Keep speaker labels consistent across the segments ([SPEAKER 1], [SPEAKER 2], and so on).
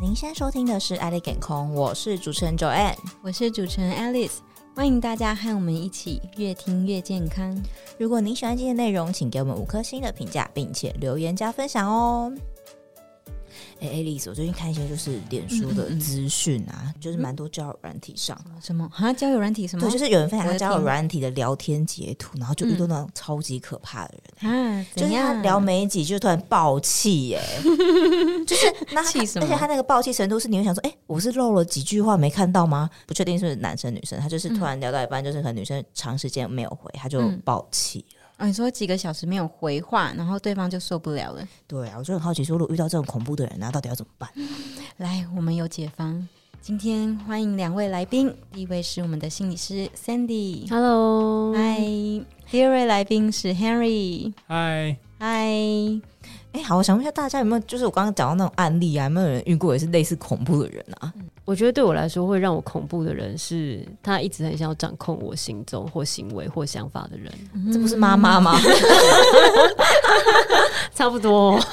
[SPEAKER 1] 您现在收听的是《爱丽健空》，我是主持人 Joanne。
[SPEAKER 2] 我是主持人 Alice，欢迎大家和我们一起越听越健康。
[SPEAKER 1] 如果您喜欢今天的内容，请给我们五颗星的评价，并且留言加分享哦。哎、a l i c e 我最近看一些就是脸书的
[SPEAKER 2] 嗯嗯嗯
[SPEAKER 1] 资讯啊，就是蛮多交友软体上，
[SPEAKER 2] 什么啊？交友软体什么
[SPEAKER 1] 对，？就是有人分享
[SPEAKER 2] 我
[SPEAKER 1] 他
[SPEAKER 2] 的
[SPEAKER 1] 交友
[SPEAKER 2] 天
[SPEAKER 1] 软体的聊天截图，然后就遇到那种超级可怕的人。
[SPEAKER 2] 啊，
[SPEAKER 1] 就
[SPEAKER 2] 怎
[SPEAKER 1] 是他
[SPEAKER 2] 样
[SPEAKER 1] 聊没几句就突然爆气 耶、就是那他
[SPEAKER 2] 气什
[SPEAKER 1] 而
[SPEAKER 2] 么
[SPEAKER 1] 且他那个爆气程度是你会想说，哎、我是漏了几句话没看到吗？不确定是不是男生女生，他就是突然聊到一半，就是可能女生长时间没有回，他就
[SPEAKER 2] 嗯
[SPEAKER 1] 爆气了。
[SPEAKER 2] 哦，你说几个小时没有回话，然后对方就受不了了。
[SPEAKER 1] 对啊，我就很好奇，说如果遇到这种恐怖的人，那到底要怎么办？
[SPEAKER 2] 来，我们有解方。今天欢迎两位来宾，第一位是我们的心理师 Sandy，
[SPEAKER 3] Hello，
[SPEAKER 2] 嗨；第二位来宾是 Henry，
[SPEAKER 4] 嗨，
[SPEAKER 2] 嗨。
[SPEAKER 1] 哎、好，我想问一下大家有没有，就是我刚刚讲到那种案例啊，有没有人遇过也是类似恐怖的人啊？
[SPEAKER 3] 我觉得对我来说会让我恐怖的人是，他一直很想要掌控我行踪或行为或想法的人，
[SPEAKER 2] 嗯
[SPEAKER 1] 这不是妈妈 吗？
[SPEAKER 3] 差不多、
[SPEAKER 2] 是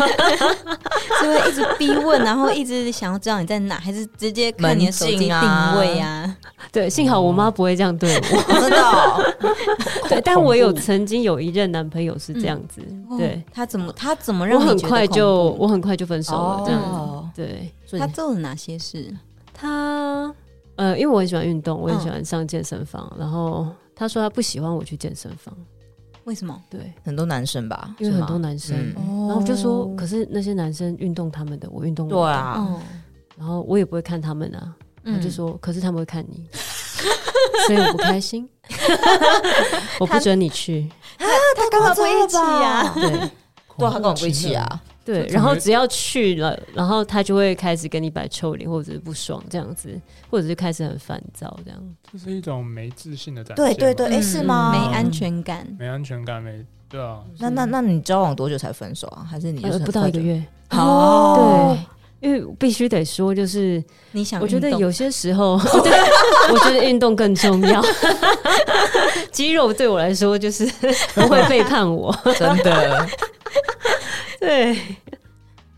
[SPEAKER 2] 会一直逼问，然后一直想要知道你在哪，还是直接看你的手机
[SPEAKER 1] 门禁
[SPEAKER 2] 定
[SPEAKER 1] 啊
[SPEAKER 2] 位啊？
[SPEAKER 3] 对，幸好我妈不会这样对我。
[SPEAKER 1] 我知道，
[SPEAKER 3] 对，但我有曾经有一任男朋友是这样子，对
[SPEAKER 2] 哦，他怎么他怎么
[SPEAKER 3] 我
[SPEAKER 2] 让你
[SPEAKER 3] 很
[SPEAKER 2] 觉得
[SPEAKER 3] 快
[SPEAKER 2] 恐
[SPEAKER 3] 就
[SPEAKER 2] 怖
[SPEAKER 3] 我很快就分手了，这样子。
[SPEAKER 1] 哦，
[SPEAKER 3] 对
[SPEAKER 1] 所以
[SPEAKER 2] 他做了哪些事？
[SPEAKER 3] 他，呃，因为我很喜欢运动，我很喜欢上健身房，然后他说他不喜欢我去健身房，
[SPEAKER 2] 为什么？
[SPEAKER 3] 对，
[SPEAKER 1] 很多男生吧，
[SPEAKER 3] 因为
[SPEAKER 1] 是
[SPEAKER 3] 很
[SPEAKER 1] 吗
[SPEAKER 3] 多男生。
[SPEAKER 1] 嗯
[SPEAKER 3] 然后我就说，可是那些男生运动他们的，我运动我
[SPEAKER 1] 对
[SPEAKER 3] 的，
[SPEAKER 1] 啊，
[SPEAKER 2] 哦，
[SPEAKER 3] 然后我也不会看他们啊，他
[SPEAKER 2] 嗯
[SPEAKER 3] 就说，可是他们会看你， 所以我不开心， 我不准你去。
[SPEAKER 1] 他
[SPEAKER 2] 干嘛不一起啊？
[SPEAKER 3] 对
[SPEAKER 1] 对啊，他跟我不一起啊。
[SPEAKER 3] 对，
[SPEAKER 4] 这
[SPEAKER 3] 然后
[SPEAKER 4] 怎么
[SPEAKER 3] 只要去了，然后他就会开始跟你摆臭脸，或者是不爽这样子，或者是开始很烦躁这样。
[SPEAKER 4] 这是一种没自信的展现
[SPEAKER 1] 对
[SPEAKER 4] 吧。
[SPEAKER 1] 对对，哎，
[SPEAKER 2] 嗯
[SPEAKER 1] 是吗？
[SPEAKER 2] 没安全感，
[SPEAKER 4] 没安全感，没对啊，
[SPEAKER 1] 那那那你交往多久才分手啊？还是你就是
[SPEAKER 3] 呃，
[SPEAKER 1] 很
[SPEAKER 3] 不到
[SPEAKER 1] 快
[SPEAKER 3] 一个
[SPEAKER 1] 就？
[SPEAKER 3] 月，
[SPEAKER 1] 哦，
[SPEAKER 3] 对。因为必须得说，就是
[SPEAKER 2] 你想
[SPEAKER 3] 我觉得
[SPEAKER 2] 运动
[SPEAKER 3] 有些时候，对，我觉得运动更重要。 肌肉对我来说就是 不会背叛我，
[SPEAKER 1] 真的，
[SPEAKER 3] 对。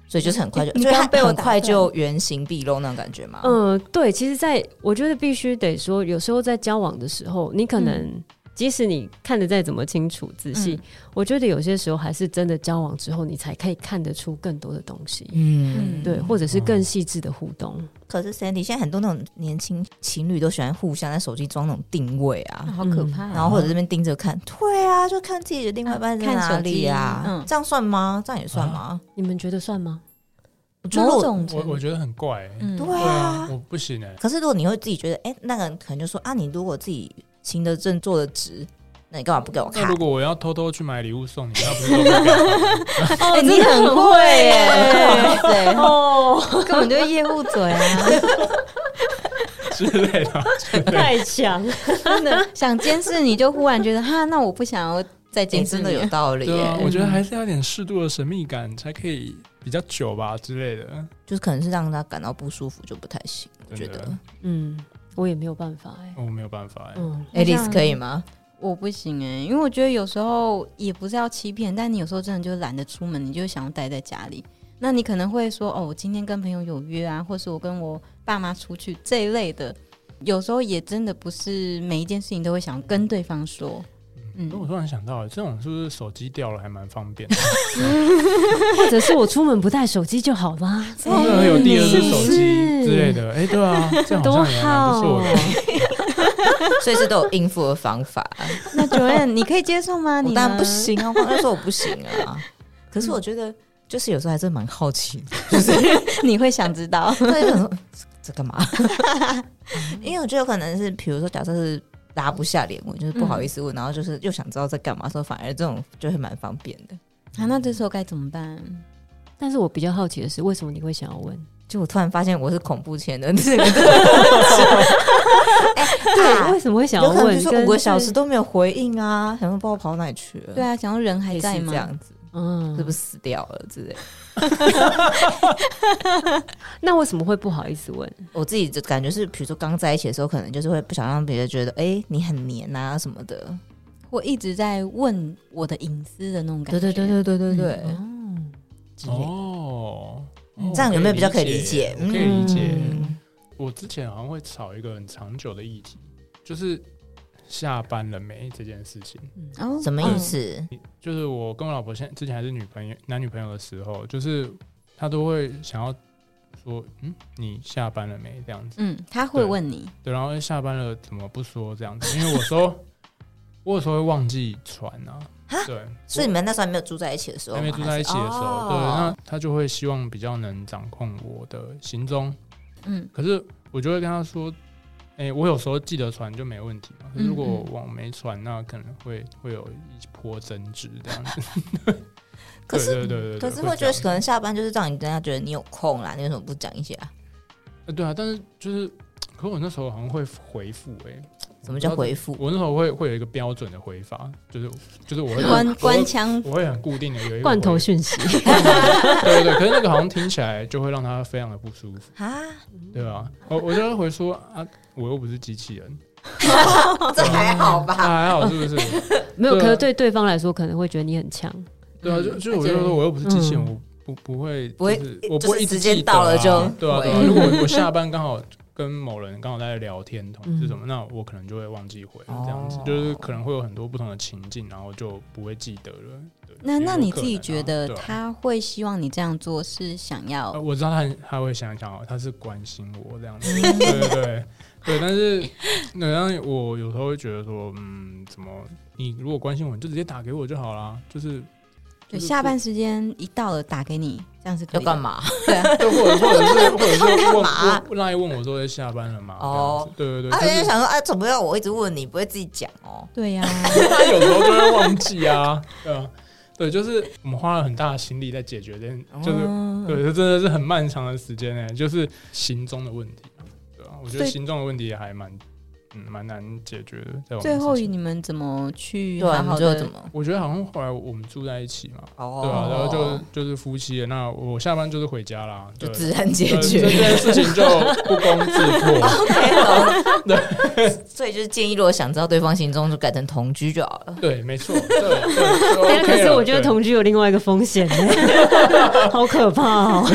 [SPEAKER 1] 所以就是很快就，
[SPEAKER 2] 你
[SPEAKER 1] 所以他
[SPEAKER 2] 刚被我
[SPEAKER 1] 很
[SPEAKER 2] 打
[SPEAKER 1] 快
[SPEAKER 2] 断
[SPEAKER 1] 就原形毕露那种感觉嘛。
[SPEAKER 3] 嗯，对，其实在我觉得必须得说，有时候在交往的时候，你可能、
[SPEAKER 1] 嗯
[SPEAKER 3] 即使你看得再怎么清楚仔细，
[SPEAKER 2] 嗯
[SPEAKER 3] 我觉得有些时候还是真的交往之后，你才可以看得出更多的东西，
[SPEAKER 1] 嗯，
[SPEAKER 3] 对，或者是更细致的互动。
[SPEAKER 1] 可是 Sandy 现在很多那种年轻情侣都喜欢互相在手机装那种定位
[SPEAKER 2] 啊
[SPEAKER 1] 啊，
[SPEAKER 2] 好可
[SPEAKER 3] 嗯
[SPEAKER 2] 怕
[SPEAKER 1] 然
[SPEAKER 2] 哦。
[SPEAKER 1] 后或者这边盯着看。对啊，就看自己的另外一半在
[SPEAKER 2] 看
[SPEAKER 1] 哪
[SPEAKER 2] 手
[SPEAKER 1] 里
[SPEAKER 2] 机
[SPEAKER 1] 啊
[SPEAKER 2] 嗯，啊
[SPEAKER 1] 这样算吗？这样也算吗？
[SPEAKER 3] 你们觉得算吗？
[SPEAKER 1] 我觉得
[SPEAKER 2] 某
[SPEAKER 1] 我
[SPEAKER 2] 种
[SPEAKER 4] 我我觉得很怪欸。
[SPEAKER 2] 嗯
[SPEAKER 1] 对
[SPEAKER 4] 对啊
[SPEAKER 1] 啊，，
[SPEAKER 4] 我不行哎。
[SPEAKER 1] 可是如果你会自己觉得，哎、那个人可能就说啊，你如果自己行得正坐得直，那你干嘛不给我
[SPEAKER 4] 那
[SPEAKER 1] 看
[SPEAKER 4] 如？果我要偷偷去买礼物送你，那不是都会被看
[SPEAKER 3] 哦
[SPEAKER 2] 哎，你很会 耶，对，
[SPEAKER 3] 哦，
[SPEAKER 2] 根本就是业务嘴啊，
[SPEAKER 4] 之类的？
[SPEAKER 3] 太强，
[SPEAKER 2] 真的想监视你就忽然觉得哈，那我不想要再
[SPEAKER 1] 哎、
[SPEAKER 2] 监视
[SPEAKER 1] 真
[SPEAKER 2] 你
[SPEAKER 1] 的有道理
[SPEAKER 4] 对
[SPEAKER 1] 耶、
[SPEAKER 4] 啊，我觉得还是要有点适度的神秘感，才可以比较久吧之类的。
[SPEAKER 1] 就是可能是让他感到不舒服就不太行，我觉
[SPEAKER 4] 真的
[SPEAKER 1] 得。
[SPEAKER 3] 嗯，我也没有办法哎、
[SPEAKER 4] 我没有办
[SPEAKER 1] 哦
[SPEAKER 4] 法哎。
[SPEAKER 3] 嗯，
[SPEAKER 2] 好像
[SPEAKER 1] Alice 可以 吗？
[SPEAKER 2] 我不行哎、因为我觉得有时候也不是要欺骗，但你有时候真的就懒得出门，你就想要待在家里。那你可能会说，哦，我今天跟朋友有约啊，或是我跟我爸妈出去这一类的。有时候也真的不是每一件事情都会想跟对方说，嗯
[SPEAKER 1] 哦
[SPEAKER 4] 那，我突然想到，这种是不是手机掉了还蛮方便的？
[SPEAKER 3] 或者是我出门不带手机就好 啦，
[SPEAKER 4] 真的啊哎有第二只手
[SPEAKER 3] 是
[SPEAKER 4] 机之类的？哎，对啊，这样
[SPEAKER 3] 多
[SPEAKER 4] 好像也蛮不
[SPEAKER 3] 好
[SPEAKER 4] 错的。
[SPEAKER 1] 所以这都有应付的方法。
[SPEAKER 2] 那九燕，你可以接受吗？
[SPEAKER 1] 我
[SPEAKER 2] 你
[SPEAKER 1] 当然
[SPEAKER 2] 呢
[SPEAKER 1] 不，行啊，我刚才说我不行 啊。可是我觉得，就是有时候还真蛮好奇 的，
[SPEAKER 2] 你会想知道
[SPEAKER 1] 所以就想说这这干嘛？ 因为我觉得可能是，比如说，假设是拉不下脸问，就是不好意思问，然后就是又想知道在干嘛，所以反而这种就会蛮方便的。
[SPEAKER 2] 啊？那这时候该怎么 办？
[SPEAKER 3] 但是我比较好奇的是，为什么你会想要问？
[SPEAKER 1] 就我突然发现我是恐怖前的那个， 哎
[SPEAKER 3] 为什么会想要
[SPEAKER 1] 啊有可能
[SPEAKER 3] 问？
[SPEAKER 1] 就是
[SPEAKER 3] 跟
[SPEAKER 1] 五个小时，都没有回应啊，想说不知道跑哪里去了，
[SPEAKER 2] 对，啊，想说人还
[SPEAKER 1] 类似
[SPEAKER 2] 在
[SPEAKER 1] 这
[SPEAKER 2] 吗？
[SPEAKER 1] 样子，
[SPEAKER 3] 嗯
[SPEAKER 1] 是不是死掉了之类的？
[SPEAKER 3] 那为什么会不好意思问？
[SPEAKER 1] 我自己就感觉是，比如说刚在一起的时候，可能就是会不想让别人觉得，哎、你很黏啊什么的。
[SPEAKER 2] 我一直在问我的隐私的那种感觉。
[SPEAKER 1] 对对对对对对对，
[SPEAKER 3] 哦，
[SPEAKER 1] 之类的
[SPEAKER 4] 哦，哦，哦
[SPEAKER 1] 这样有没有比较可以
[SPEAKER 4] 理
[SPEAKER 1] 理解
[SPEAKER 4] 我可以理解。
[SPEAKER 1] 嗯
[SPEAKER 4] 我之前好像会吵一个很长久的议题，就是下班了没这件事情。
[SPEAKER 2] 哦
[SPEAKER 1] 什么意？
[SPEAKER 4] 嗯
[SPEAKER 1] 思？
[SPEAKER 4] 就是我跟我老婆现之前还是女朋友男女朋友的时候，就是她都会想要说，嗯，你下班了没这样子。
[SPEAKER 2] 嗯，他会问你，
[SPEAKER 4] 对，然后下班了怎么不说这样子？因为我 说，我有时候会忘记传啊
[SPEAKER 1] 哈。
[SPEAKER 4] 对，
[SPEAKER 1] 所以你们那时候还没有住在一起的时候
[SPEAKER 4] 还
[SPEAKER 1] 吗，
[SPEAKER 4] 没住在一起的时候，
[SPEAKER 1] 还是
[SPEAKER 4] 对，那
[SPEAKER 1] 哦
[SPEAKER 4] 他就会希望比较能掌控我的行踪。
[SPEAKER 2] 嗯，
[SPEAKER 4] 可是我就会跟他说，哎、我有时候记得传就没问题嘛。可是如果
[SPEAKER 2] 嗯
[SPEAKER 4] 我往没传，那可能会会有一波争执这样 子。
[SPEAKER 1] 可是
[SPEAKER 4] 对对对对对
[SPEAKER 1] 可是会觉得
[SPEAKER 4] 这
[SPEAKER 1] 可
[SPEAKER 4] 样
[SPEAKER 1] 能下班就是让你人家觉得你有空啦，你为什么不讲一下？
[SPEAKER 4] 呃对啊，但是就是，可我那时候好像会回复哎、
[SPEAKER 1] 什么叫回复？
[SPEAKER 4] 我那时候会会有一个标准的回法，就是就是
[SPEAKER 1] 嗯
[SPEAKER 4] 我会
[SPEAKER 2] 官
[SPEAKER 4] 我
[SPEAKER 2] 官腔，
[SPEAKER 4] 我会很固定的有一个
[SPEAKER 3] 罐头
[SPEAKER 4] 回
[SPEAKER 3] 讯息，
[SPEAKER 4] 对对对，可是那个好像听起来就会让他非常的不舒服，
[SPEAKER 1] 啊，
[SPEAKER 4] 对吧、我我就会回说啊，我又不是机 器人，
[SPEAKER 1] 这还好吧？
[SPEAKER 4] 啊、还好是不是？
[SPEAKER 3] 没有，
[SPEAKER 4] 对啊
[SPEAKER 3] 可是对对方来说可能会觉得你很强，
[SPEAKER 4] 对啊，就就我就说我又不是机器人，我不不会
[SPEAKER 1] 不会
[SPEAKER 4] 就是我不
[SPEAKER 1] 就
[SPEAKER 4] 会
[SPEAKER 1] 是
[SPEAKER 4] 一直
[SPEAKER 1] 时间
[SPEAKER 4] 记得
[SPEAKER 1] 到了
[SPEAKER 4] 啊
[SPEAKER 1] 就
[SPEAKER 4] 对啊对啊。
[SPEAKER 1] 回
[SPEAKER 4] 如果我我下班刚好跟某人刚好在聊天同事
[SPEAKER 3] 嗯
[SPEAKER 4] 什么，那我可能就会忘记回
[SPEAKER 1] 哦
[SPEAKER 4] 这样子，就是可能会有很多不同的情境，然后就不会记得了。对
[SPEAKER 2] 那
[SPEAKER 4] 也有
[SPEAKER 2] 那你
[SPEAKER 4] 可
[SPEAKER 2] 自己
[SPEAKER 4] 能啊
[SPEAKER 2] 觉得
[SPEAKER 4] 对啊
[SPEAKER 2] 他会希望你这样做是想
[SPEAKER 4] 呃
[SPEAKER 2] 要？
[SPEAKER 4] 我知道他很他会想一想哦，他是关心我这样子，对对对对，但是那让我有时候会觉得说，嗯，怎么你如果关心我，你就直接打给我就好啦，就是
[SPEAKER 2] 就
[SPEAKER 4] 就是
[SPEAKER 2] 下班时间一到了打给你，这样是可
[SPEAKER 1] 要
[SPEAKER 2] 以的
[SPEAKER 1] 干？嘛？
[SPEAKER 2] 对 啊，
[SPEAKER 4] 对，或者或者是或 者是问
[SPEAKER 1] 干嘛
[SPEAKER 4] 问赖问我说下班了吗？
[SPEAKER 1] 哦
[SPEAKER 4] 哦，对对对，
[SPEAKER 1] 啊，人家
[SPEAKER 4] 但是
[SPEAKER 1] 想说啊，总不要我一直问你，不会自己讲哦。
[SPEAKER 2] 对 呀，
[SPEAKER 4] 他有时候就会忘记啊，对啊，对，就是我们花了很大的心力在解决这件，
[SPEAKER 1] 哦
[SPEAKER 4] 就是对，
[SPEAKER 2] 是
[SPEAKER 4] 这真的是很漫长的时间呢、欸就是行踪的问题，对啊，我觉得
[SPEAKER 2] 对
[SPEAKER 4] 行踪的问题还蛮，嗯，蛮难解决的。在我们
[SPEAKER 2] 最后
[SPEAKER 4] 之前
[SPEAKER 2] 你们怎么去
[SPEAKER 1] 对啊，
[SPEAKER 2] 好
[SPEAKER 1] 你
[SPEAKER 2] 好
[SPEAKER 1] 就
[SPEAKER 2] 的
[SPEAKER 1] 怎么？
[SPEAKER 4] 我觉得好像后来我们住在一起嘛，
[SPEAKER 1] 哦，
[SPEAKER 4] 对啊，然后就就是夫妻了。那我下班就是回家啦，对啊
[SPEAKER 1] 就，自然解
[SPEAKER 4] 对这
[SPEAKER 1] 决。
[SPEAKER 4] 件事情就不攻自破。
[SPEAKER 1] 所以就是建议，如果想知道对方行踪，就改成同居就好了。
[SPEAKER 4] 对，没错，对对 就
[SPEAKER 3] 对啊，
[SPEAKER 4] OK
[SPEAKER 3] 可是
[SPEAKER 4] 了
[SPEAKER 3] 我觉得
[SPEAKER 4] 对
[SPEAKER 3] 同居有另外一个风 险，好可怕哦！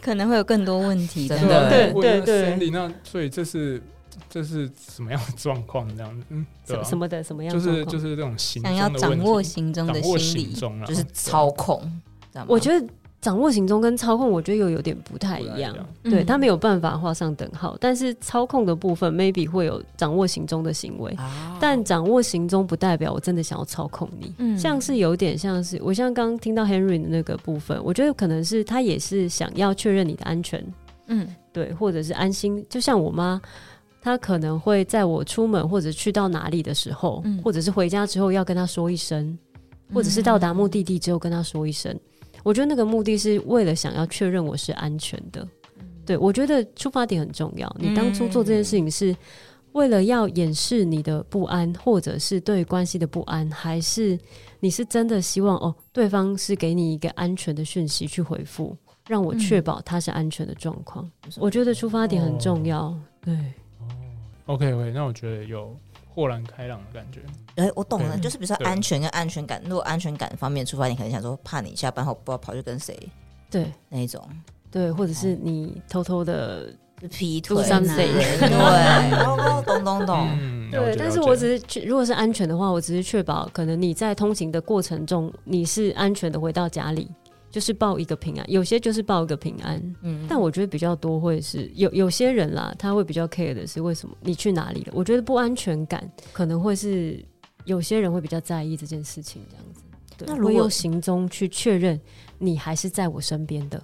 [SPEAKER 2] 可能会有更多问题
[SPEAKER 1] 真
[SPEAKER 2] 的？
[SPEAKER 1] 对的
[SPEAKER 3] 对
[SPEAKER 4] 我觉得
[SPEAKER 3] 对
[SPEAKER 4] Sandy，那所以这是这是什么样的状况？这样子，嗯，对
[SPEAKER 3] 什
[SPEAKER 4] 啊
[SPEAKER 3] 什么的什么样
[SPEAKER 4] 就
[SPEAKER 3] 的状
[SPEAKER 4] 是
[SPEAKER 3] 况？
[SPEAKER 4] 就是这种行
[SPEAKER 2] 想
[SPEAKER 4] 踪
[SPEAKER 2] 要
[SPEAKER 4] 的
[SPEAKER 2] 掌
[SPEAKER 4] 问
[SPEAKER 2] 握
[SPEAKER 4] 题
[SPEAKER 2] 行踪的
[SPEAKER 4] 掌握
[SPEAKER 2] 心
[SPEAKER 4] 行
[SPEAKER 2] 理，
[SPEAKER 4] 踪啦，
[SPEAKER 1] 就是
[SPEAKER 4] 对
[SPEAKER 1] 操控，知道
[SPEAKER 4] 嗯
[SPEAKER 1] 吗
[SPEAKER 3] 我觉得掌握行踪跟操控，我觉得又有点不太一样
[SPEAKER 4] 不太一样。
[SPEAKER 3] 对，
[SPEAKER 2] 嗯
[SPEAKER 3] 他没有办法画上等号，但是操控的部分 maybe 会有掌握行踪的行为，
[SPEAKER 1] 啊
[SPEAKER 3] 但掌握行踪不代表我真的想要操控你。
[SPEAKER 2] 嗯
[SPEAKER 3] 像是有点像是我像刚听到 Henry 的那个部分，我觉得可能是他也是想要确认你的安全，
[SPEAKER 2] 嗯
[SPEAKER 3] 对，或者是安心。就像我妈，她可能会在我出门或者去到哪里的时候，
[SPEAKER 2] 嗯
[SPEAKER 3] 或者是回家之后要跟她说一声，或者是到达目的地之后跟她说一声。我觉得那个目的是为了想要确认我是安全的。对，我觉得出发点很重要。你当初做这件事情是为了要掩饰你的不安，或者是对关系的不安，还是你是真的希望哦，对方是给你一个安全的讯息去回复，让我确保他是安全的状况？我觉得出发点很
[SPEAKER 4] 哦
[SPEAKER 3] 重要。对，
[SPEAKER 4] OK OK，那我觉得有豁然开朗的感觉。
[SPEAKER 1] 哎，我懂了，
[SPEAKER 4] 对
[SPEAKER 1] 就是比如说
[SPEAKER 4] 对
[SPEAKER 1] 安全跟安全感，如果安全感方面出发，你可能想说怕你下班后不知道跑去跟谁
[SPEAKER 3] 对，
[SPEAKER 1] 那一种
[SPEAKER 3] 对，或者是
[SPEAKER 4] 哦
[SPEAKER 3] 你偷偷的，
[SPEAKER 1] 劈腿
[SPEAKER 3] Do
[SPEAKER 1] 之类
[SPEAKER 3] something
[SPEAKER 1] 的，对，哦，懂懂懂，
[SPEAKER 4] 嗯，了
[SPEAKER 3] 对
[SPEAKER 4] 解，
[SPEAKER 3] 但
[SPEAKER 4] 了
[SPEAKER 3] 是
[SPEAKER 4] 解
[SPEAKER 3] 我只是确如果是安全的话，我只是确保可能你在通行的过程中你是安全的回到家里，就是报一个平安，有些就是报一个平安。
[SPEAKER 1] 嗯，
[SPEAKER 3] 但我觉得比较多会是有有些人啦，他会比较 care 的是为什么你去哪里了？我觉得不安全感可能会是有些人会比较在意这件事情，这样子。对，
[SPEAKER 1] 那如
[SPEAKER 3] 会
[SPEAKER 1] 果
[SPEAKER 3] 用行踪去确认你还是在我身边的。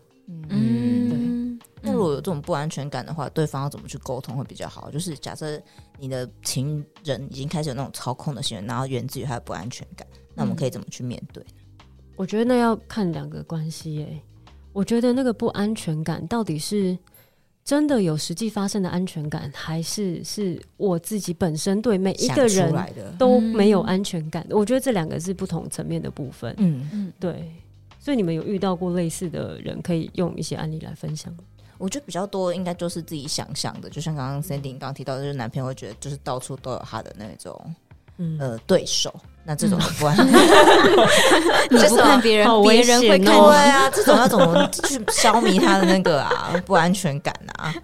[SPEAKER 2] 嗯，
[SPEAKER 1] 那如果有这种不安全感的话，对方要怎么去沟通会比较好？就是假设你的情人已经开始有那种操控的行为，然后源自于他的不安全感，那我们可以
[SPEAKER 3] 嗯
[SPEAKER 1] 怎么去面对？
[SPEAKER 3] 我觉得那要看两个关系耶、我觉得那个不安全感到底是真的有实际发生的安全感，还是是我自己本身对每一
[SPEAKER 1] 想
[SPEAKER 3] 个
[SPEAKER 1] 出
[SPEAKER 3] 人
[SPEAKER 1] 来的，
[SPEAKER 3] 都没有安全感？我觉得这两个是不同层面的部分。
[SPEAKER 1] 嗯，
[SPEAKER 2] 嗯
[SPEAKER 3] 对，所以你们有遇到过类似的人，可以用一些案例来分享吗。
[SPEAKER 1] 我觉得比较多应该就是自己想象的，就像刚刚 Sandy 刚刚提到的，就是男朋友会觉得就是到处都有他的那种
[SPEAKER 3] 嗯，
[SPEAKER 1] 呃对手，那这种
[SPEAKER 2] 嗯
[SPEAKER 1] 怎么办？
[SPEAKER 2] 你
[SPEAKER 1] 这
[SPEAKER 2] 不
[SPEAKER 1] 种
[SPEAKER 2] 看别人
[SPEAKER 3] 好，
[SPEAKER 2] 别
[SPEAKER 3] 危
[SPEAKER 2] 人会
[SPEAKER 3] 险
[SPEAKER 2] 看
[SPEAKER 3] 哦
[SPEAKER 2] 你。
[SPEAKER 1] 对啊，这种要怎么去消弭他的那个啊 不安全感啊？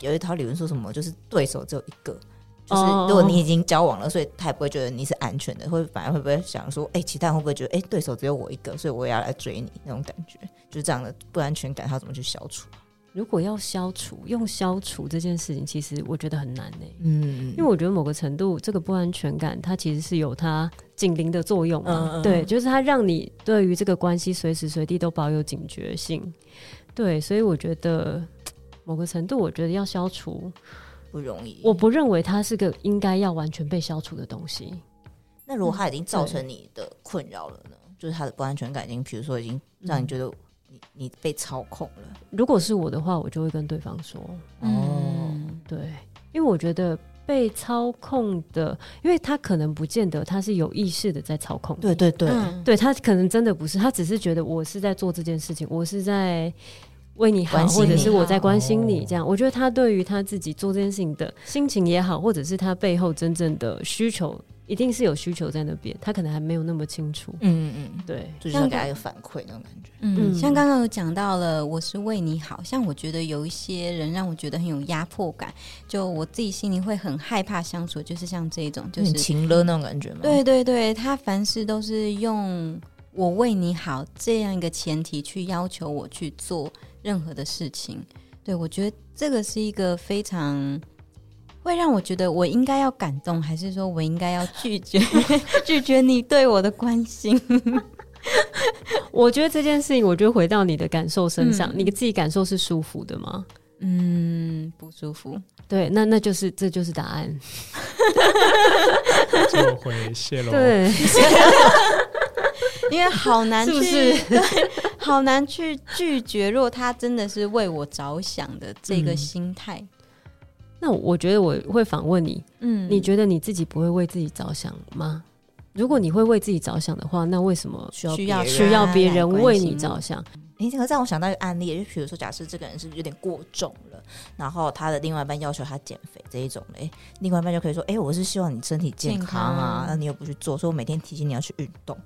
[SPEAKER 1] 有一套理论说什么，就是对手只有一个，就是
[SPEAKER 3] 哦
[SPEAKER 1] 如果你已经交往了，所以他也不会觉得你是安全的，会反而会不会想说，哎、其他人会不会觉得，哎、对手只有我一个，所以我也要来追你那种感觉，就是这样的不安全感，他怎么去消除？
[SPEAKER 3] 如果要消除，用消除这件事情，其实我觉得很难呢、欸
[SPEAKER 1] 嗯，
[SPEAKER 3] 因为我觉得某个程度，这个不安全感它其实是有它警铃的作用嘛，
[SPEAKER 1] 嗯嗯
[SPEAKER 3] 对，
[SPEAKER 1] 嗯
[SPEAKER 3] 就是它让你对于这个关系随时随地都保有警觉性，对，所以我觉得嗯某个程度，我觉得要消除，
[SPEAKER 1] 不容易。
[SPEAKER 3] 我不认为它是个应该要完全被消除的东西。
[SPEAKER 1] 那如果他已经造成你的困扰了呢？就是他的不安全感已经，比如说已经让你觉得你你被操控了。
[SPEAKER 3] 如果是我的话，我就会跟对方说，
[SPEAKER 1] 哦，
[SPEAKER 2] 嗯，
[SPEAKER 3] 对，因为我觉得被操控的，因为他可能不见得他是有意识的在操控你，
[SPEAKER 1] 对对对，
[SPEAKER 2] 嗯
[SPEAKER 3] 对他可能真的不是，他只是觉得我是在做这件事情，我是在为你好，
[SPEAKER 1] 关心
[SPEAKER 3] 或
[SPEAKER 1] 你
[SPEAKER 3] 者是我在关心你
[SPEAKER 4] 哦
[SPEAKER 3] 这样。我觉得他对于他自己做这件事情的心情也好，或者是他背后真正的需求，一定是有需求在那边，他可能还没有那么清楚。
[SPEAKER 1] 嗯嗯嗯，
[SPEAKER 3] 对，
[SPEAKER 1] 就是要给他一个反馈那种感觉。
[SPEAKER 2] 嗯，
[SPEAKER 3] 嗯
[SPEAKER 2] 像刚刚有讲到了，我是为你好。像我觉得有一些人让我觉得很有压迫感，就我自己心里会很害怕相处，就是像这一种，就
[SPEAKER 1] 就是是情勒那种感觉吗？
[SPEAKER 2] 对对对，他凡事都是用我为你好这样一个前提去要求我去做任何的事情。对我觉得这个是一个非常会让我觉得我应该要感动，还是说我应该要拒绝 拒绝你对我的关心？
[SPEAKER 3] 我觉得这件事情，我就回到你的感受身上，
[SPEAKER 2] 嗯
[SPEAKER 3] 你自己感受是舒服的吗？
[SPEAKER 2] 嗯，不舒服。
[SPEAKER 3] 对，那那就是这就是答案。
[SPEAKER 4] 就会泄 露。
[SPEAKER 3] 对，
[SPEAKER 2] 因为好难去，
[SPEAKER 3] 是不是
[SPEAKER 2] 对，好难去拒绝。如果他真的是为我着想的这个
[SPEAKER 3] 嗯
[SPEAKER 2] 心态，
[SPEAKER 3] 那我觉得我会反问你，
[SPEAKER 2] 嗯
[SPEAKER 3] 你觉得你自己不会为自己着想吗？如果你会为自己着想的话，那为什么
[SPEAKER 1] 需要
[SPEAKER 2] 需要
[SPEAKER 1] 别人
[SPEAKER 3] 需要别
[SPEAKER 2] 来
[SPEAKER 3] 人
[SPEAKER 2] 关
[SPEAKER 3] 为
[SPEAKER 2] 心
[SPEAKER 3] 你着想？
[SPEAKER 1] 哎、这个让我想到一个案例，就比如说，假设这个人是有点过重了，然后他的另外一半要求他减肥这一种嘞，诶另外一半就可以说，哎、我是希望你身体健康
[SPEAKER 2] 健
[SPEAKER 1] 啊
[SPEAKER 2] 康，
[SPEAKER 1] 那你又不去做，所以我每天提醒你要去运动，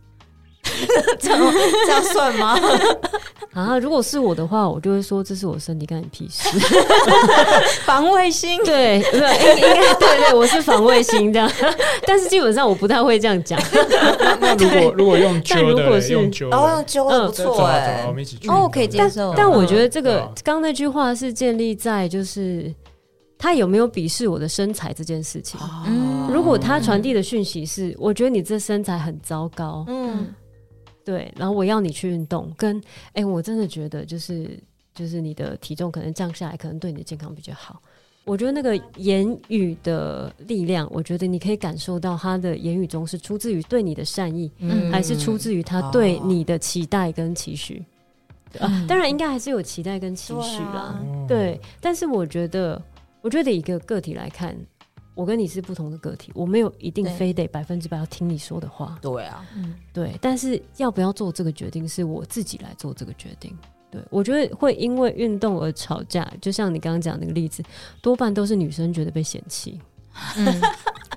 [SPEAKER 1] 这样这样算吗？
[SPEAKER 3] 啊，如果是我的话，我就会说这是我身体，干你屁事。，
[SPEAKER 2] 防卫心
[SPEAKER 3] 对，不，应应该对对，我是防卫心这样， 但是基本上我不太会这样讲。
[SPEAKER 4] 那如果如果用
[SPEAKER 3] 但
[SPEAKER 4] 揪
[SPEAKER 3] 如
[SPEAKER 4] 的
[SPEAKER 3] 果
[SPEAKER 4] 嘞，
[SPEAKER 3] 是
[SPEAKER 4] 用揪
[SPEAKER 1] 然后
[SPEAKER 4] 的，
[SPEAKER 1] 揪哦的不
[SPEAKER 4] 这走
[SPEAKER 1] 错
[SPEAKER 4] 啊
[SPEAKER 1] 哎、
[SPEAKER 4] 走啊，我们一起去。
[SPEAKER 2] 哦可以接受
[SPEAKER 3] 但我觉得
[SPEAKER 2] 嗯
[SPEAKER 3] 这
[SPEAKER 4] 对
[SPEAKER 3] 个
[SPEAKER 4] 啊
[SPEAKER 3] 刚刚那句话是建立在就是他有没有鄙视我的身材这件事
[SPEAKER 1] 哦
[SPEAKER 3] 情。
[SPEAKER 2] 嗯
[SPEAKER 3] 如果他传递的讯息是，我觉得你这身材很糟糕，
[SPEAKER 2] 嗯，
[SPEAKER 3] 对，然后我要你去运动，跟哎、我真的觉得就是就是你的体重可能降下来，可能对你的健康比较好。我觉得那个言语的力量，我觉得你可以感受到他的言语中是出自于对你的善意，
[SPEAKER 2] 嗯
[SPEAKER 3] 还是出自于他对你的期待跟期许。啊，当然应该还是有期待跟期许啦，
[SPEAKER 4] 哦
[SPEAKER 3] 对。但是我觉得，我觉得一个个体来看，我跟你是不同的个体，我没有一定
[SPEAKER 2] 对
[SPEAKER 3] 非得百分之百要听你说的话。
[SPEAKER 1] 对啊，
[SPEAKER 2] 嗯
[SPEAKER 3] 对，但是要不要做这个决定是我自己来做这个决定。对，我觉得会因为运动而吵架，就像你刚刚讲那个例子，多半都是女生觉得被嫌 弃，
[SPEAKER 2] 嗯，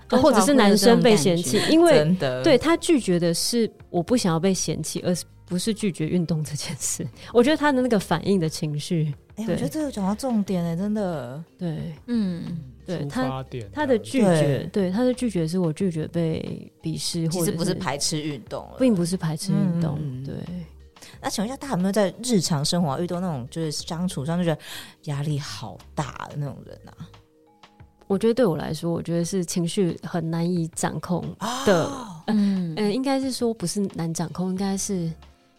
[SPEAKER 3] 或者是男生被嫌弃，因为
[SPEAKER 1] 真的
[SPEAKER 3] 对他拒绝的是我不想要被嫌弃，而是不是拒绝运动这件事。我觉得他的那个反应的情绪，
[SPEAKER 1] 哎、我
[SPEAKER 3] 对
[SPEAKER 1] 觉得这个讲到重点哎、真的，
[SPEAKER 3] 对
[SPEAKER 2] 嗯，
[SPEAKER 3] 对
[SPEAKER 4] 出
[SPEAKER 3] 他
[SPEAKER 4] 发点
[SPEAKER 3] 他的
[SPEAKER 4] 这样
[SPEAKER 3] 拒绝，对他的拒绝是我拒绝被鄙视，
[SPEAKER 1] 其
[SPEAKER 3] 或
[SPEAKER 1] 实
[SPEAKER 3] 者
[SPEAKER 1] 不是，排斥运动了，
[SPEAKER 3] 并不是排斥运动，
[SPEAKER 1] 嗯嗯嗯
[SPEAKER 3] 对。
[SPEAKER 1] 那请问一下，大家有没有在日常生活啊遇到那种就是相处上就觉得压力好大的那种人啊？
[SPEAKER 3] 我觉得对我来说，我觉得是情绪很难以掌控。的
[SPEAKER 1] 哦
[SPEAKER 2] 嗯
[SPEAKER 3] 嗯、应该是说不是难掌控，应该是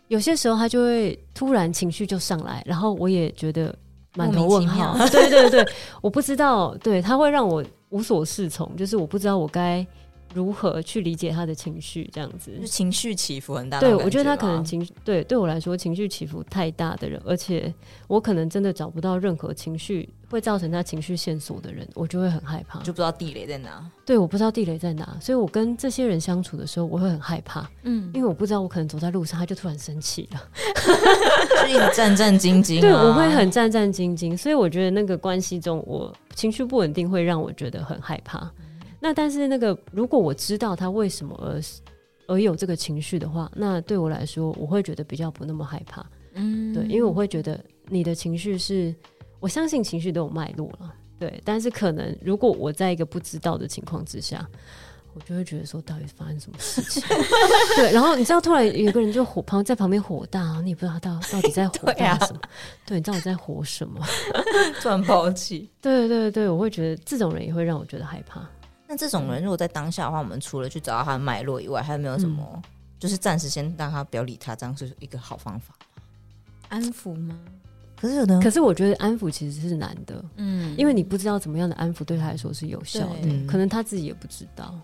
[SPEAKER 3] 有些时候他就会突然情绪就上来，然后我也觉得满头问号
[SPEAKER 2] 莫名。
[SPEAKER 3] 对对对，我不知道，对他会让我无所适从，就是我不知道我该如何去理解他的情绪这样子。
[SPEAKER 1] 就情绪起伏很大那
[SPEAKER 3] 对，
[SPEAKER 1] 种感吗。
[SPEAKER 3] 我觉得他可能情绪对对我来说情绪起伏太大的人，而且我可能真的找不到任何情绪会造成他情绪线索的人，我就会很害怕。
[SPEAKER 1] 就不知道地雷在哪。
[SPEAKER 3] 对，我不知道地雷在哪，所以我跟这些人相处的时候，我会很害怕，
[SPEAKER 2] 嗯
[SPEAKER 3] 因为我不知道我可能走在路上，他就突然生气了。
[SPEAKER 1] 就一直战战兢兢、啊。
[SPEAKER 3] 对，我会很战战兢兢，所以我觉得那个关系中，我情绪不稳定会让我觉得很害怕。那但是那个，如果我知道他为什么而而有这个情绪的话，那对我来说，我会觉得比较不那么害怕。
[SPEAKER 2] 嗯
[SPEAKER 3] 对，因为我会觉得你的情绪是，我相信情绪都有脉络了，对。但是可能如果我在一个不知道的情况之下，我就会觉得说，到底发生什么事情？ 对，然后你知道，突然有个人就火旁在旁边火大，然后你也不知道他到到底在火
[SPEAKER 1] 对啊
[SPEAKER 3] 大什么。对，你知道我在火什么？
[SPEAKER 1] 钻包气。
[SPEAKER 3] 对对对，我会觉得这种人也会让我觉得害怕。
[SPEAKER 1] 那这种人如果在当下的话，我们除了去找到他的脉络以外，还有没有什么？
[SPEAKER 3] 嗯
[SPEAKER 1] 就是暂时先让他不要理他，这样是一个好方法。
[SPEAKER 2] 安抚吗？
[SPEAKER 1] 可是有的人
[SPEAKER 3] 可是我觉得安抚其实是难的，
[SPEAKER 2] 嗯
[SPEAKER 3] 因为你不知道怎么样的安抚对他来说是有效的，
[SPEAKER 1] 对
[SPEAKER 3] 可能他自己也不知道。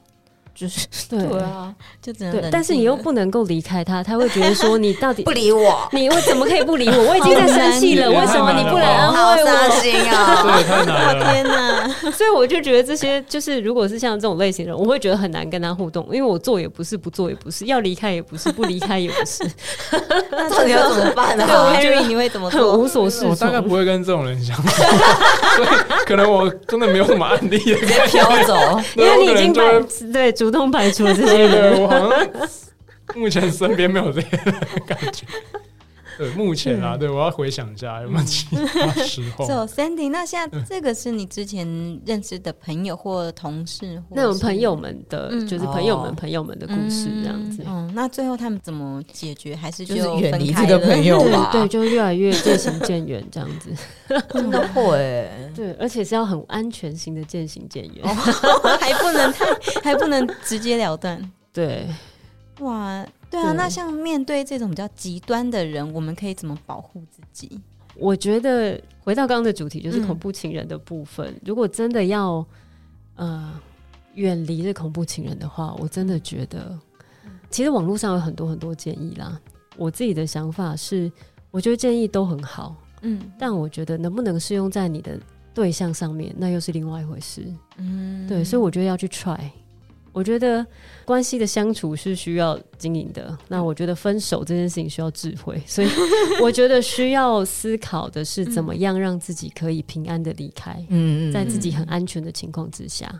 [SPEAKER 1] 就是
[SPEAKER 3] 对
[SPEAKER 2] 啊，就只能冷
[SPEAKER 3] 对，
[SPEAKER 2] 静
[SPEAKER 3] 但是你又
[SPEAKER 2] 了
[SPEAKER 3] 不能够离开他，他会觉得说你到底
[SPEAKER 1] 不理我，
[SPEAKER 3] 你为怎么可以不理我？我已经在生气了，
[SPEAKER 4] 好难
[SPEAKER 3] 为什么你不来
[SPEAKER 4] 啊
[SPEAKER 1] 好
[SPEAKER 3] 安慰
[SPEAKER 1] 伤
[SPEAKER 3] 我？
[SPEAKER 1] 心 啊！
[SPEAKER 4] 对，太难 了。
[SPEAKER 2] 天 哪，
[SPEAKER 3] 所以我就觉得这些就是，如果是像这种类型的人，我会觉得很难跟他互动，因为我做也不是，不做也不是，要离开也不是，不离开也不 是，
[SPEAKER 1] 到底要怎么办呢、
[SPEAKER 2] 对
[SPEAKER 1] 啊？
[SPEAKER 2] ，Harry 你会怎么
[SPEAKER 3] 很
[SPEAKER 2] 做？
[SPEAKER 3] 无所适
[SPEAKER 4] 我大概
[SPEAKER 3] 从
[SPEAKER 4] 不。会跟这种人相处，所以可能我真的没有什么案例的
[SPEAKER 1] 直接飘走，
[SPEAKER 3] 因为你已经
[SPEAKER 4] 对我可
[SPEAKER 3] 排
[SPEAKER 4] 能
[SPEAKER 3] 对主动排除了这些
[SPEAKER 4] 对
[SPEAKER 3] 人，
[SPEAKER 4] 对，我好像 目前身边没有这些人的感觉。对，目前
[SPEAKER 3] 嗯
[SPEAKER 4] 啊，对我要回想一下有没有其他时 候。
[SPEAKER 3] 哦
[SPEAKER 2] So Sandy，那现在这个是你之前认识的朋友或同事或
[SPEAKER 3] 那种朋友
[SPEAKER 2] 是
[SPEAKER 3] 们的
[SPEAKER 2] 嗯
[SPEAKER 3] 就是朋友
[SPEAKER 1] 哦
[SPEAKER 3] 们朋友们的故事这样子。
[SPEAKER 2] 嗯，嗯那最后他们怎么解决？还是
[SPEAKER 1] 就是
[SPEAKER 2] 就
[SPEAKER 1] 远
[SPEAKER 2] 分
[SPEAKER 1] 离
[SPEAKER 2] 开
[SPEAKER 1] 这个
[SPEAKER 2] 了
[SPEAKER 1] 朋 友
[SPEAKER 3] 对
[SPEAKER 1] 吧
[SPEAKER 3] 对，就越来越渐行渐远这样子。
[SPEAKER 1] 真的会、欸
[SPEAKER 3] 对，而且是要很安全型的渐行渐
[SPEAKER 2] 哦
[SPEAKER 3] 远。
[SPEAKER 2] 还不能太，还不能直截了当。
[SPEAKER 3] 对，
[SPEAKER 2] 哇，对啊，
[SPEAKER 3] 对
[SPEAKER 2] 那像面对这种比较极端的人，我们可以怎么保护自己？
[SPEAKER 3] 我觉得回到刚刚的主题，就是
[SPEAKER 2] 嗯
[SPEAKER 3] 恐怖情人的部分。如果真的要呃远离这恐怖情人的话，我真的觉得，其实网络上有很多很多建议啦。我自己的想法是，我觉得建议都很好，
[SPEAKER 2] 嗯
[SPEAKER 3] 但我觉得能不能适用在你的对象上面，那又是另外一回事。
[SPEAKER 2] 嗯
[SPEAKER 3] 对，所以我觉得要去 try。我觉得关系的相处是需要经营的，那我觉得分手这件事情需要智慧，所以我觉得需要思考的是怎么样让自己可以平安的离开，
[SPEAKER 1] 嗯
[SPEAKER 3] 在自己很安全的情况之下。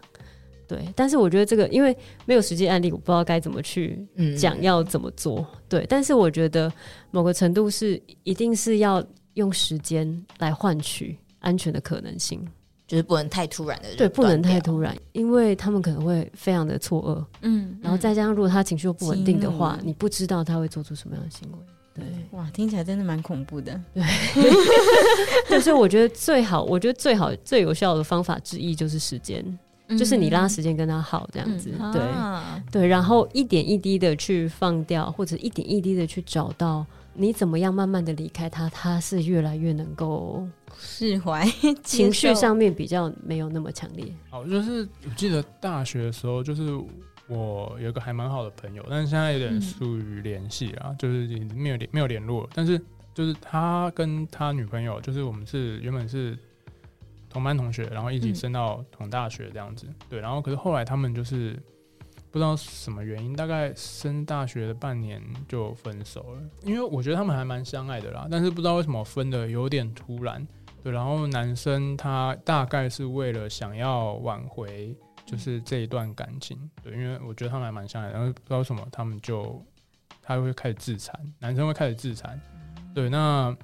[SPEAKER 3] 对，但是我觉得这个因为没有实际案例，我不知道该怎么去
[SPEAKER 1] 嗯
[SPEAKER 3] 讲要怎么做。对，但是我觉得某个程度是一定是要用时间来换取安全的可能性。
[SPEAKER 1] 就是不能太突然的，
[SPEAKER 3] 对，不能太突然，因为他们可能会非常的错愕，
[SPEAKER 2] 嗯，
[SPEAKER 3] 然后再加上如果他情绪又不稳定的话
[SPEAKER 2] 激，怒
[SPEAKER 3] 你不知道他会做出什么样的行为。对，
[SPEAKER 2] 嗯哇，听起来真的蛮恐怖的。
[SPEAKER 3] 对，所以我觉得最好，我觉得最好最有效的方法之一就是时间，就是你拉时间跟他耗这样子，
[SPEAKER 2] 嗯
[SPEAKER 3] 对、
[SPEAKER 1] 啊
[SPEAKER 3] 对，然后一点一滴的去放掉，或者一点一滴的去找到你怎么样慢慢的离开他，他是越来越能够
[SPEAKER 2] 释怀
[SPEAKER 3] 情
[SPEAKER 2] 接
[SPEAKER 3] 绪
[SPEAKER 2] 受
[SPEAKER 3] 上面比较没有那么强烈。
[SPEAKER 4] 好，哦就是我记得大学的时候，就是我有一个还蛮好的朋友，但是现在有点
[SPEAKER 2] 嗯
[SPEAKER 4] 疏于联系啊，就是已经没有联没有联络了。但是就是他跟他女朋友，就是我们是原本是同班同学，然后一起
[SPEAKER 2] 嗯
[SPEAKER 4] 升到同大学这样子。对，然后可是后来他们就是不知道什么原因，大概升大学的半年就分手了。因为我觉得他们还蛮相爱的啦，但是不知道为什么分的有点突然。对，然后男生他大概是为了想要挽回，就是这一段感情。对，因为我觉得他们还蛮相爱的，然后不知道为什么他们就他会开始自残，男生会开始自残。对，那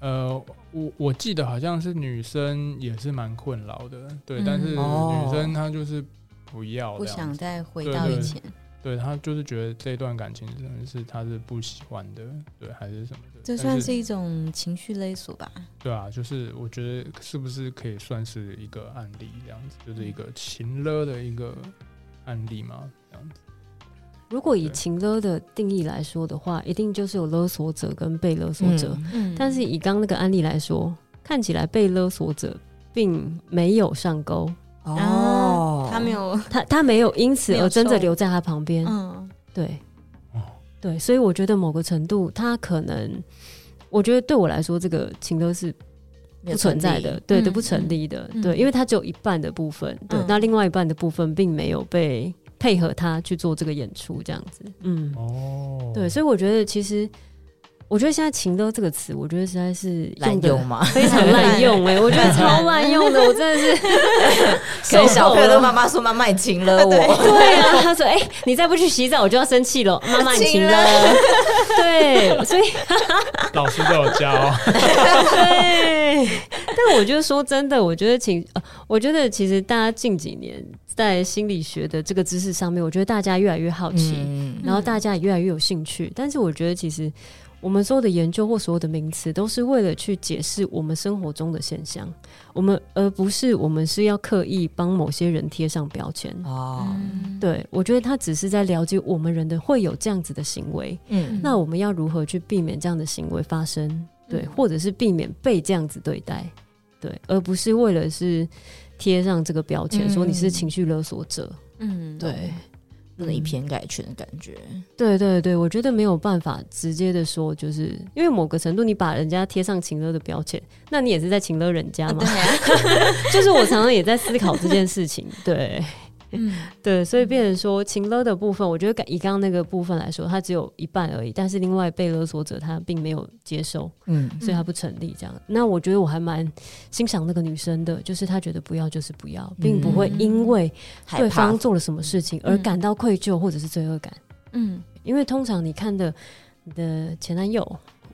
[SPEAKER 4] 呃，我我记得好像是女生也是蛮困扰的，对，但是
[SPEAKER 2] 嗯
[SPEAKER 1] 哦
[SPEAKER 4] 女生她就是不要
[SPEAKER 2] 不
[SPEAKER 4] 这样
[SPEAKER 2] 想
[SPEAKER 4] 子，
[SPEAKER 2] 再回
[SPEAKER 4] 对
[SPEAKER 2] 到以
[SPEAKER 4] 对
[SPEAKER 2] 前，
[SPEAKER 4] 对她就是觉得这段感情真的是她是不喜欢的，对，还是什么的，
[SPEAKER 2] 这
[SPEAKER 4] 但
[SPEAKER 2] 算
[SPEAKER 4] 是
[SPEAKER 2] 是一种情绪勒索吧？
[SPEAKER 4] 对啊，就是我觉得是不是可以算是一个案例这样子，就是一个情勒的一个案例嘛，这样子。
[SPEAKER 3] 如果以
[SPEAKER 4] 对
[SPEAKER 3] 情勒的定义来说的话，一定就是有勒索者跟被勒索者。
[SPEAKER 1] 嗯
[SPEAKER 2] 嗯
[SPEAKER 3] 但是以刚那个案例来说，看起来被勒索者并没有上钩，
[SPEAKER 1] 哦
[SPEAKER 2] 啊，他没有，
[SPEAKER 3] 他他没有因此
[SPEAKER 2] 嗯没有
[SPEAKER 3] 而真的
[SPEAKER 2] 受
[SPEAKER 3] 留在他旁边。
[SPEAKER 2] 嗯
[SPEAKER 3] 对
[SPEAKER 4] 哦，
[SPEAKER 3] 对，所以我觉得某个程度，他可能，我觉得对我来说，这个情勒是
[SPEAKER 1] 没
[SPEAKER 3] 不
[SPEAKER 1] 有
[SPEAKER 3] 存在的，
[SPEAKER 1] 成立
[SPEAKER 3] 对
[SPEAKER 2] 嗯
[SPEAKER 3] 对，不成立的，
[SPEAKER 2] 嗯
[SPEAKER 3] 对，因为它只有一半的部分，对
[SPEAKER 2] 嗯，
[SPEAKER 3] 那另外一半的部分并没有被配合他去做这个演出，这样子，嗯，
[SPEAKER 4] 哦，
[SPEAKER 3] 对，所以我觉得其实，我我觉得现在“情乐”这个词，我觉得实在是
[SPEAKER 1] 滥
[SPEAKER 3] 的
[SPEAKER 1] 用 嘛，
[SPEAKER 3] 非常滥用哎、我觉得超滥用的，我真的是
[SPEAKER 1] 给小朋友的
[SPEAKER 3] 了
[SPEAKER 1] 妈妈说妈妈你亲了我，
[SPEAKER 3] 对啊，他说：“哎、你再不去洗澡，我就要生气了，妈妈你
[SPEAKER 1] 亲
[SPEAKER 3] 情
[SPEAKER 1] 了
[SPEAKER 3] 了。”对，所以
[SPEAKER 4] 老师都有教，哦
[SPEAKER 3] 对，但我就说真的，我觉得请，呃我觉得其实大家近几年在心理学的这个知识上面，我觉得大家越来越好奇，
[SPEAKER 1] 嗯，
[SPEAKER 3] 然后大家也越来越有兴趣。但是我觉得其实我们所有的研究或所有的名词，都是为了去解释我们生活中的现象，我们而不是我们是要刻意帮某些人贴上标签。
[SPEAKER 1] 哦，
[SPEAKER 2] 嗯，
[SPEAKER 3] 对，我觉得他只是在了解我们人的会有这样子的行为，
[SPEAKER 1] 嗯
[SPEAKER 3] 那我们要如何去避免这样的行为发生？对，
[SPEAKER 2] 嗯
[SPEAKER 3] 或者是避免被这样子对待，对，而不是为了是贴上这个标签，
[SPEAKER 1] 嗯
[SPEAKER 3] 说你是情绪勒索者。
[SPEAKER 2] 嗯，
[SPEAKER 3] 对，
[SPEAKER 1] 不能以偏概全的感觉，
[SPEAKER 3] 对对对，我觉得没有办法直接的说，就是因为某个程度你把人家贴上情勒的标签，那你也是在情勒人家
[SPEAKER 2] 啊
[SPEAKER 3] 嘛。
[SPEAKER 2] 对啊，
[SPEAKER 3] 就是我常常也在思考这件事情，对。
[SPEAKER 2] 嗯
[SPEAKER 3] 对，所以变成说情勒的部分，我觉得以刚刚那个部分来说，它只有一半而已，但是另外被勒索者他并没有接受，
[SPEAKER 1] 嗯
[SPEAKER 3] 所以他不成立这样。那我觉得我还蛮欣赏那个女生的，就是她觉得不要就是不要，并不会因为
[SPEAKER 1] 嗯害
[SPEAKER 3] 对
[SPEAKER 1] 怕嗯
[SPEAKER 3] 方，做了什么事情而感到愧疚或者是罪恶感，
[SPEAKER 2] 嗯
[SPEAKER 3] 因为通常你看的你的前男友。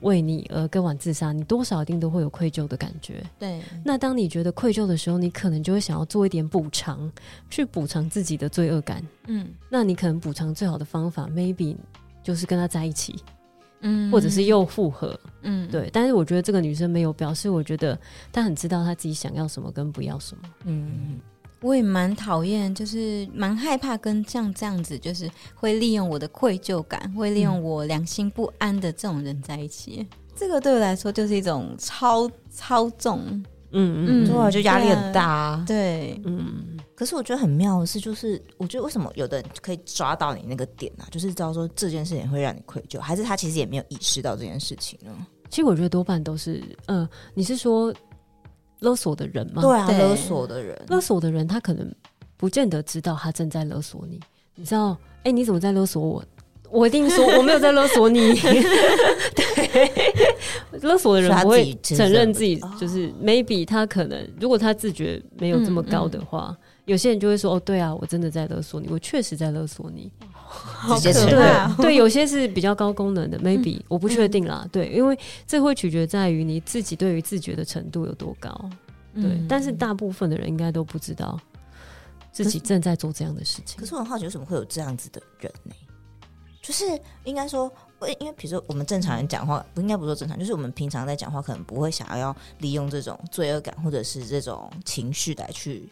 [SPEAKER 3] 为你而割腕自杀，你多少一定都会有愧疚的感觉。
[SPEAKER 2] 对，
[SPEAKER 3] 那当你觉得愧疚的时候，你可能就会想要做一点补偿，去补偿自己的罪恶感。
[SPEAKER 2] 嗯
[SPEAKER 3] 那你可能补偿最好的方法，maybe 就是跟他在一起，
[SPEAKER 2] 嗯
[SPEAKER 3] 或者是又复合。
[SPEAKER 2] 嗯，
[SPEAKER 3] 对，但是我觉得这个女生没有表示，我觉得她很知道她自己想要什么跟不要什么。
[SPEAKER 1] 嗯，
[SPEAKER 2] 我也蛮讨厌，就是蛮害怕跟像这样子，就是会利用我的愧疚感，会利
[SPEAKER 3] 嗯
[SPEAKER 2] 用我良心不安的这种人在一起。这个对我来说就是一种操操纵，
[SPEAKER 3] 嗯嗯
[SPEAKER 1] 对啊，
[SPEAKER 2] 嗯
[SPEAKER 1] 就压力很大啊。
[SPEAKER 2] 对，
[SPEAKER 3] 嗯
[SPEAKER 1] 可是我觉得很妙的是，就是我觉得为什么有的人可以抓到你那个点啊，就是知道说这件事情会让你愧疚，还是他其实也没有意识到这件事情呢？
[SPEAKER 3] 其实我觉得多半都是，嗯、你是说勒索的人吗？
[SPEAKER 1] 对，啊，
[SPEAKER 2] 对
[SPEAKER 1] 勒索的人，
[SPEAKER 3] 勒索的人他可能不见得知道他正在勒索你，你知道？哎、你怎么在勒索我？我一定说我没有在勒 索你。对，勒索的人不
[SPEAKER 1] 所以他自
[SPEAKER 3] 会
[SPEAKER 1] 己知道
[SPEAKER 3] 承认自己
[SPEAKER 1] 哦，
[SPEAKER 3] 就是 maybe 他可能，如果他自觉没有这么高的话，
[SPEAKER 1] 嗯
[SPEAKER 3] 有些人就会说哦，对啊，我真的在勒索你，我确实在勒索你。
[SPEAKER 1] 直接承
[SPEAKER 2] 好可
[SPEAKER 1] 认，
[SPEAKER 2] 怕哦
[SPEAKER 3] 对，有些是比较高功能的，maybe、我
[SPEAKER 1] 嗯
[SPEAKER 3] 不确定啦。对，因为这会取决在于你自己对于自觉的程度有多高。对，
[SPEAKER 2] 嗯
[SPEAKER 3] 但是大部分的人应该都不知道自己正在做这样的事情
[SPEAKER 1] 可。是我很好奇，为什么会有这样子的人呢、就是应该说，呃因为比如说我们正常人讲话，不应该不说正常，就是我们平常在讲话，可能不会想要利用这种罪恶感或者是这种情绪来去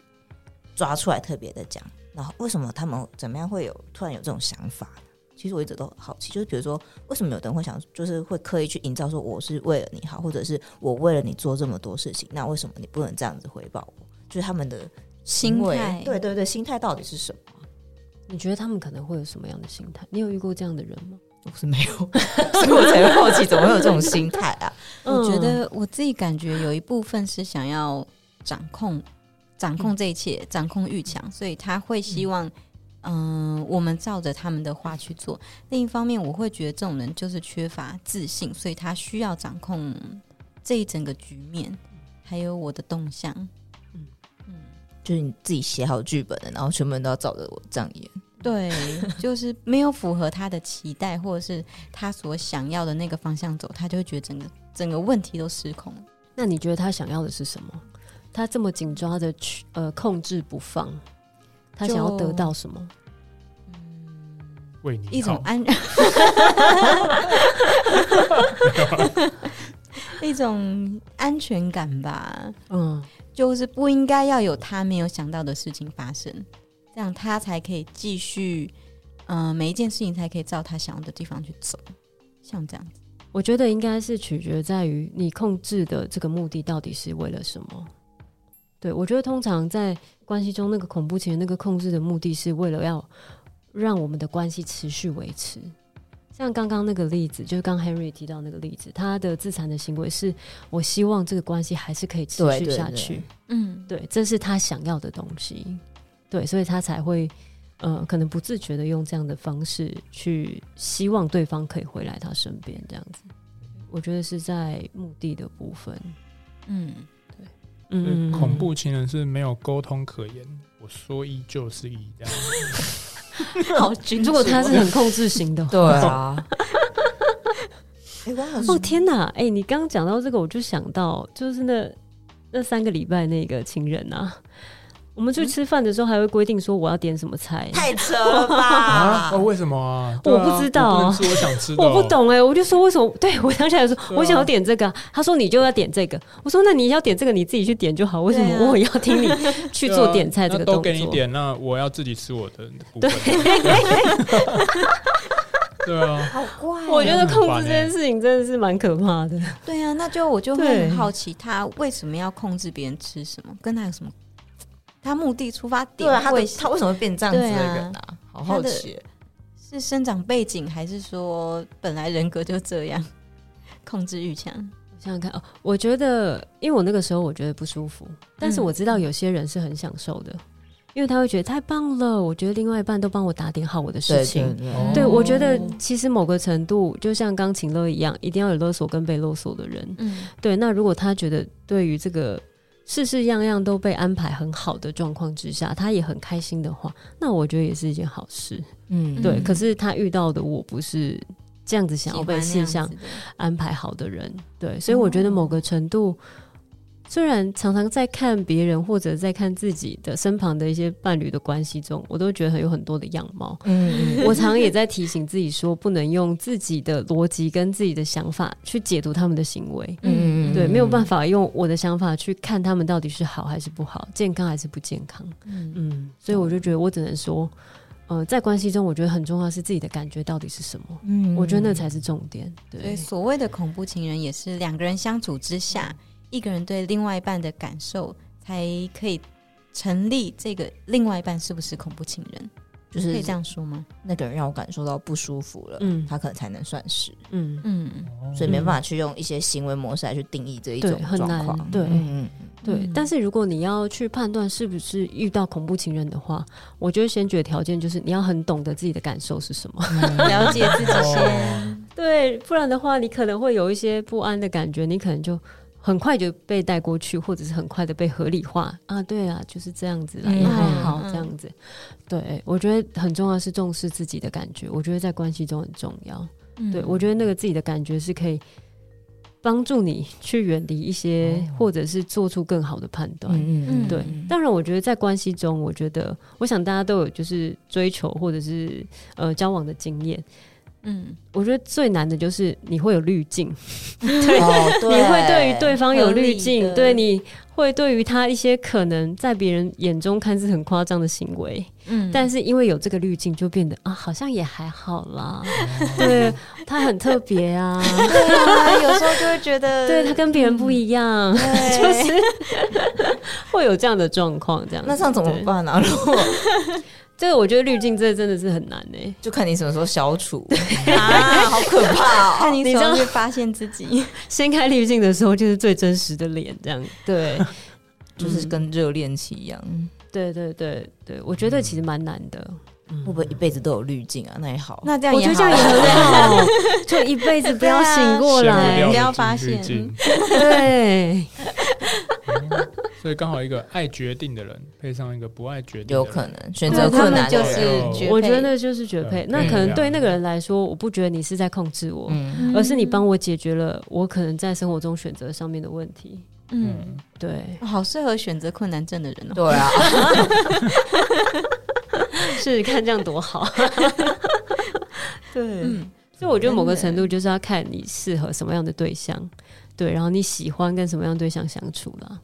[SPEAKER 1] 抓出来特别的讲。然后为什么他们怎么样会有突然有这种想法呢？其实我一直都好奇，就是比如说，为什么有的人会想，就是会刻意去营造说我是为了你好，或者是我为了你做这么多事情，那为什么你不能这样子回报我？就是他们的
[SPEAKER 2] 心
[SPEAKER 1] 行为
[SPEAKER 2] 态，
[SPEAKER 1] 对对对，心态到底是什么？
[SPEAKER 3] 你觉得他们可能会有什么样的心态？你有遇过这样的人吗？
[SPEAKER 1] 我是没有， 所以我才会好奇怎么会有这种心态啊？
[SPEAKER 3] 嗯
[SPEAKER 2] 我觉得我自己感觉有一部分是想要掌控、掌控这一切、掌控欲强，所以他会希望，嗯、我们照着他们的话去做。另一方面，我会觉得这种人就是缺乏自信，所以他需要掌控这一整个局面，还有我的动向。
[SPEAKER 3] 嗯
[SPEAKER 2] 嗯，
[SPEAKER 1] 就是你自己写好剧本的，然后全部人都要照着我这样演。
[SPEAKER 2] 对，就是没有符合他的期待，或者是他所想要的那个方向走，他就会觉得整个整个问题都失控了。
[SPEAKER 3] 那你觉得他想要的是什么？他这么紧抓着去呃控制不放，他想要
[SPEAKER 2] 就
[SPEAKER 3] 得到什么？
[SPEAKER 4] 为你好
[SPEAKER 2] 一种安， 一种安全感吧，
[SPEAKER 3] 嗯，
[SPEAKER 2] 就是不应该要有他没有想到的事情发生，这样他才可以继续，嗯，每一件事情才可以照他想要的地方去走，像这样子，
[SPEAKER 3] 我觉得应该是取决在于你控制的这个目的到底是为了什么。对我觉得通常在关系中，那个恐怖情人那个控制的目的是为了要让我们的关系持续维持。像刚刚那个例子，就是刚 Henry 提到那个例子，他的自残的行为是我希望这个关系还是可以持
[SPEAKER 1] 对
[SPEAKER 3] 续
[SPEAKER 1] 对
[SPEAKER 3] 下
[SPEAKER 1] 对
[SPEAKER 3] 去。
[SPEAKER 2] 嗯，
[SPEAKER 3] 对，这是他想要的东西，对，所以他才会呃，可能不自觉的用这样的方式去希望对方可以回来他身边，这样子。我觉得是在目的的部分。
[SPEAKER 2] 嗯，
[SPEAKER 4] 就是
[SPEAKER 3] 嗯，
[SPEAKER 4] 恐怖情人是没有沟通可言，我说一就是一这样。
[SPEAKER 2] 好君
[SPEAKER 3] 嗯如果他是很控制型 的话，
[SPEAKER 1] 对啊。 哎，我想说
[SPEAKER 3] 哦天哪！哎、你刚刚讲到这个，我就想到就是那那三个礼拜那个情人啊，我
[SPEAKER 4] 嗯
[SPEAKER 3] 们去吃饭的时候还会规定说我要点什么菜，
[SPEAKER 1] 太扯了吧
[SPEAKER 4] 啊？哦，！为什么啊？
[SPEAKER 3] 我
[SPEAKER 4] 对啊
[SPEAKER 3] 不知道
[SPEAKER 4] 我不能吃我想吃的、哦
[SPEAKER 3] 我不。懂哎、我就说为什么？对我当下来说，
[SPEAKER 4] 对啊
[SPEAKER 3] 我想要点这个啊、他说你就要点这个，我说那你要点这个你自己去点就好，为什
[SPEAKER 2] 对啊
[SPEAKER 3] 么我也要听你去
[SPEAKER 4] 对啊
[SPEAKER 3] 做点菜这个
[SPEAKER 4] 那
[SPEAKER 3] 动作？
[SPEAKER 4] 都给你点，那我要自己吃我的部分
[SPEAKER 3] 对。
[SPEAKER 4] 对啊，
[SPEAKER 1] 好怪哦，
[SPEAKER 3] 我觉得控
[SPEAKER 4] 很烦
[SPEAKER 3] 制这
[SPEAKER 4] 欸
[SPEAKER 3] 件事情真的是蛮可怕的。
[SPEAKER 2] 对啊，那就我就会
[SPEAKER 3] 对
[SPEAKER 2] 很好奇，他为什么要控制别人吃什么，跟他有什么？他目的出发
[SPEAKER 1] 对啊，
[SPEAKER 2] 点
[SPEAKER 1] 他
[SPEAKER 2] 会
[SPEAKER 1] 的
[SPEAKER 2] 是
[SPEAKER 1] 他为什么会变这样子的
[SPEAKER 2] 对啊
[SPEAKER 1] 人啊？好好奇，
[SPEAKER 2] 是生长背景，还是说本来人格就这样， 控制欲强？
[SPEAKER 3] 想想看哦，我觉得，因为我那个时候我觉得不舒服，但
[SPEAKER 2] 嗯
[SPEAKER 3] 是我知道有些人是很享受的，因为他会觉得太棒了，我觉得另外一半都帮我打点好我的事情。
[SPEAKER 4] 哦
[SPEAKER 3] 对我觉得其实某个程度，就像刚秦乐一样，一定要有勒索跟被勒索的人。
[SPEAKER 2] 嗯，
[SPEAKER 3] 对，那如果他觉得对于这个事事样样都被安排很好的状况之下，他也很开心的话，那我觉得也是一件好事。
[SPEAKER 1] 嗯
[SPEAKER 3] 对，
[SPEAKER 2] 嗯
[SPEAKER 3] 可是他遇到的我不是这样子想要被事项
[SPEAKER 2] 喜欢那样子哦
[SPEAKER 3] 安排好的人。对，所以我觉得某个程度，虽然常常在看别人或者在看自己的身旁的一些伴侣的关系中，我都觉得很有很多的样 貌。
[SPEAKER 1] 嗯，
[SPEAKER 3] 我常也在提醒自己说，不能用自己的逻辑跟自己的想法去解读他们的 行为。
[SPEAKER 1] 嗯
[SPEAKER 3] 对，没有办
[SPEAKER 1] 法，
[SPEAKER 3] 法用我的想法去看他们到底是好还是不好，健康还是不健康。
[SPEAKER 2] 嗯
[SPEAKER 3] 嗯，所以我就觉得我只能说，呃，在关系中，我觉得很重要是自己的感觉到底是什么，
[SPEAKER 1] 嗯
[SPEAKER 3] 我觉得那才是重点。
[SPEAKER 2] 所以
[SPEAKER 3] 对，
[SPEAKER 2] 所谓的恐怖情人，也是两个人相处之下，一个人对另外一半的感受，才可以成立这个另外一半是不是恐怖情人，
[SPEAKER 1] 就
[SPEAKER 2] 可
[SPEAKER 1] 是
[SPEAKER 2] 以这样说吗？
[SPEAKER 1] 那个人让我感受到不舒服了，
[SPEAKER 3] 嗯
[SPEAKER 1] 他可能才能算是，
[SPEAKER 3] 嗯，
[SPEAKER 2] 嗯，
[SPEAKER 1] 所以没办法去用一些行为模式来去定义这一种
[SPEAKER 3] 对很
[SPEAKER 1] 状况，
[SPEAKER 3] 难对
[SPEAKER 1] 嗯嗯
[SPEAKER 3] 对。
[SPEAKER 2] 嗯
[SPEAKER 3] 但是如果你要去判断是不是遇到恐怖情人的话，我觉得先决条件就是你要很懂得自己的感受是什么。
[SPEAKER 1] 嗯
[SPEAKER 2] 了解自己
[SPEAKER 4] 哦
[SPEAKER 2] 先，
[SPEAKER 3] 对，不然的话，你可能会有一些不安的感觉，你可能就很快就被带过去，或者是很快的被合理化啊。对啊，就是这样子啦，
[SPEAKER 1] 嗯
[SPEAKER 3] 也还好
[SPEAKER 2] 嗯
[SPEAKER 3] 这样子。对，我觉得很重要是重视自己的感觉，我觉得在关系中很重要。
[SPEAKER 2] 嗯
[SPEAKER 3] 对，我觉得那个自己的感觉是可以帮助你去远离一些，或者是做出更好的判断。
[SPEAKER 1] 嗯
[SPEAKER 3] 对，当然，我觉得在关系中，我觉得，我想大家都有就是追求或者是呃交往的经验，
[SPEAKER 2] 嗯
[SPEAKER 3] 我觉得最难的就是你会有滤镜，
[SPEAKER 1] 哦对，
[SPEAKER 3] 你会对于对方有滤
[SPEAKER 2] 合理
[SPEAKER 3] 镜
[SPEAKER 2] 的，
[SPEAKER 3] 对你会对于他一些可能在别人眼中看似很夸张的行为，
[SPEAKER 2] 嗯
[SPEAKER 3] 但是因为有这个滤镜，就变得啊，好像也还好 啦，对他很特别啊，
[SPEAKER 2] 对啊，有时候就会觉得
[SPEAKER 3] 对他跟别人不一样，
[SPEAKER 1] 嗯
[SPEAKER 2] 对，
[SPEAKER 3] 会有这样的状况，这样
[SPEAKER 1] 那这样怎么
[SPEAKER 3] 对？
[SPEAKER 1] 办呢？如果
[SPEAKER 3] 这个我觉得滤镜这真的是很难欸诶、
[SPEAKER 1] 就看你什么时候消除啊，好可怕
[SPEAKER 2] 看
[SPEAKER 1] 哦！
[SPEAKER 2] 你
[SPEAKER 3] 你
[SPEAKER 2] 怎
[SPEAKER 3] 知道
[SPEAKER 2] 么会发现自己，
[SPEAKER 3] 掀开滤镜的时候，就是最真实的脸，这样对。
[SPEAKER 1] 就是跟热恋期一样，
[SPEAKER 3] 对对对对，我觉得其实蛮难的。
[SPEAKER 1] 会不会一辈子都有滤镜啊？那也好，
[SPEAKER 2] 那这样
[SPEAKER 3] 我觉得这样也
[SPEAKER 2] 好
[SPEAKER 3] 很好，就一辈子不要醒 过
[SPEAKER 4] 陷入
[SPEAKER 3] 来。
[SPEAKER 4] 掉
[SPEAKER 2] 不
[SPEAKER 4] 的
[SPEAKER 2] 要发
[SPEAKER 4] 滤
[SPEAKER 2] 现
[SPEAKER 4] 镜
[SPEAKER 3] 对，
[SPEAKER 4] 所以刚好一个爱决定的人配上一个不爱决定的
[SPEAKER 1] 有
[SPEAKER 4] 人，
[SPEAKER 1] 可能选
[SPEAKER 2] 对
[SPEAKER 1] 择
[SPEAKER 2] 他
[SPEAKER 1] 困
[SPEAKER 2] 们
[SPEAKER 1] 难
[SPEAKER 2] 就
[SPEAKER 1] 的
[SPEAKER 2] 是
[SPEAKER 1] 人，
[SPEAKER 2] 绝配
[SPEAKER 3] 我觉得那就是绝配
[SPEAKER 4] 对。
[SPEAKER 3] 那可能
[SPEAKER 4] 嗯
[SPEAKER 3] 对那个人来说，我不觉得你是在控制我，
[SPEAKER 1] 嗯，
[SPEAKER 3] 而是你帮我解决了我可能在生活中选择上面的问题。
[SPEAKER 2] 嗯，
[SPEAKER 3] 对，
[SPEAKER 2] 好适合选择困难症的人哦，
[SPEAKER 1] 对啊，
[SPEAKER 3] 试试看这样多好。对，
[SPEAKER 2] 嗯
[SPEAKER 3] 所以我觉得某个程度就是要看你适合什么样的对象，对，然后你喜欢跟什么样的对象相处啦。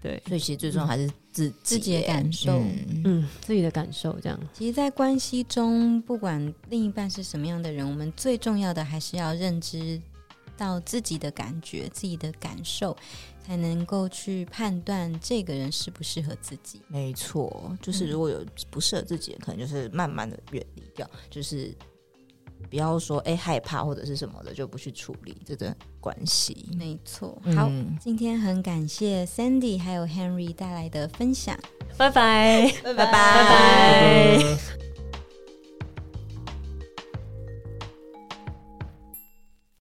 [SPEAKER 3] 对，
[SPEAKER 1] 所以其实最重要还是自
[SPEAKER 2] 自己的感受。
[SPEAKER 1] 嗯
[SPEAKER 3] 嗯，自己的感受这样。
[SPEAKER 2] 其实，在关系中，不管另一半是什么样的人，我们最重要的还是要认知到自己的感觉、自己的感受，才能够去判断这个人适不适合自己。
[SPEAKER 1] 没错，就是如果有不适合自己的，可能就是慢慢的远离掉，就是不要说哎、害怕或者是什么的就不去处理这段关系。
[SPEAKER 2] 没错。好，
[SPEAKER 1] 嗯
[SPEAKER 2] 今天很感谢 Sandy 还有 Henry 带来的分享，
[SPEAKER 3] 拜拜。
[SPEAKER 2] 拜
[SPEAKER 1] 拜拜
[SPEAKER 4] 呃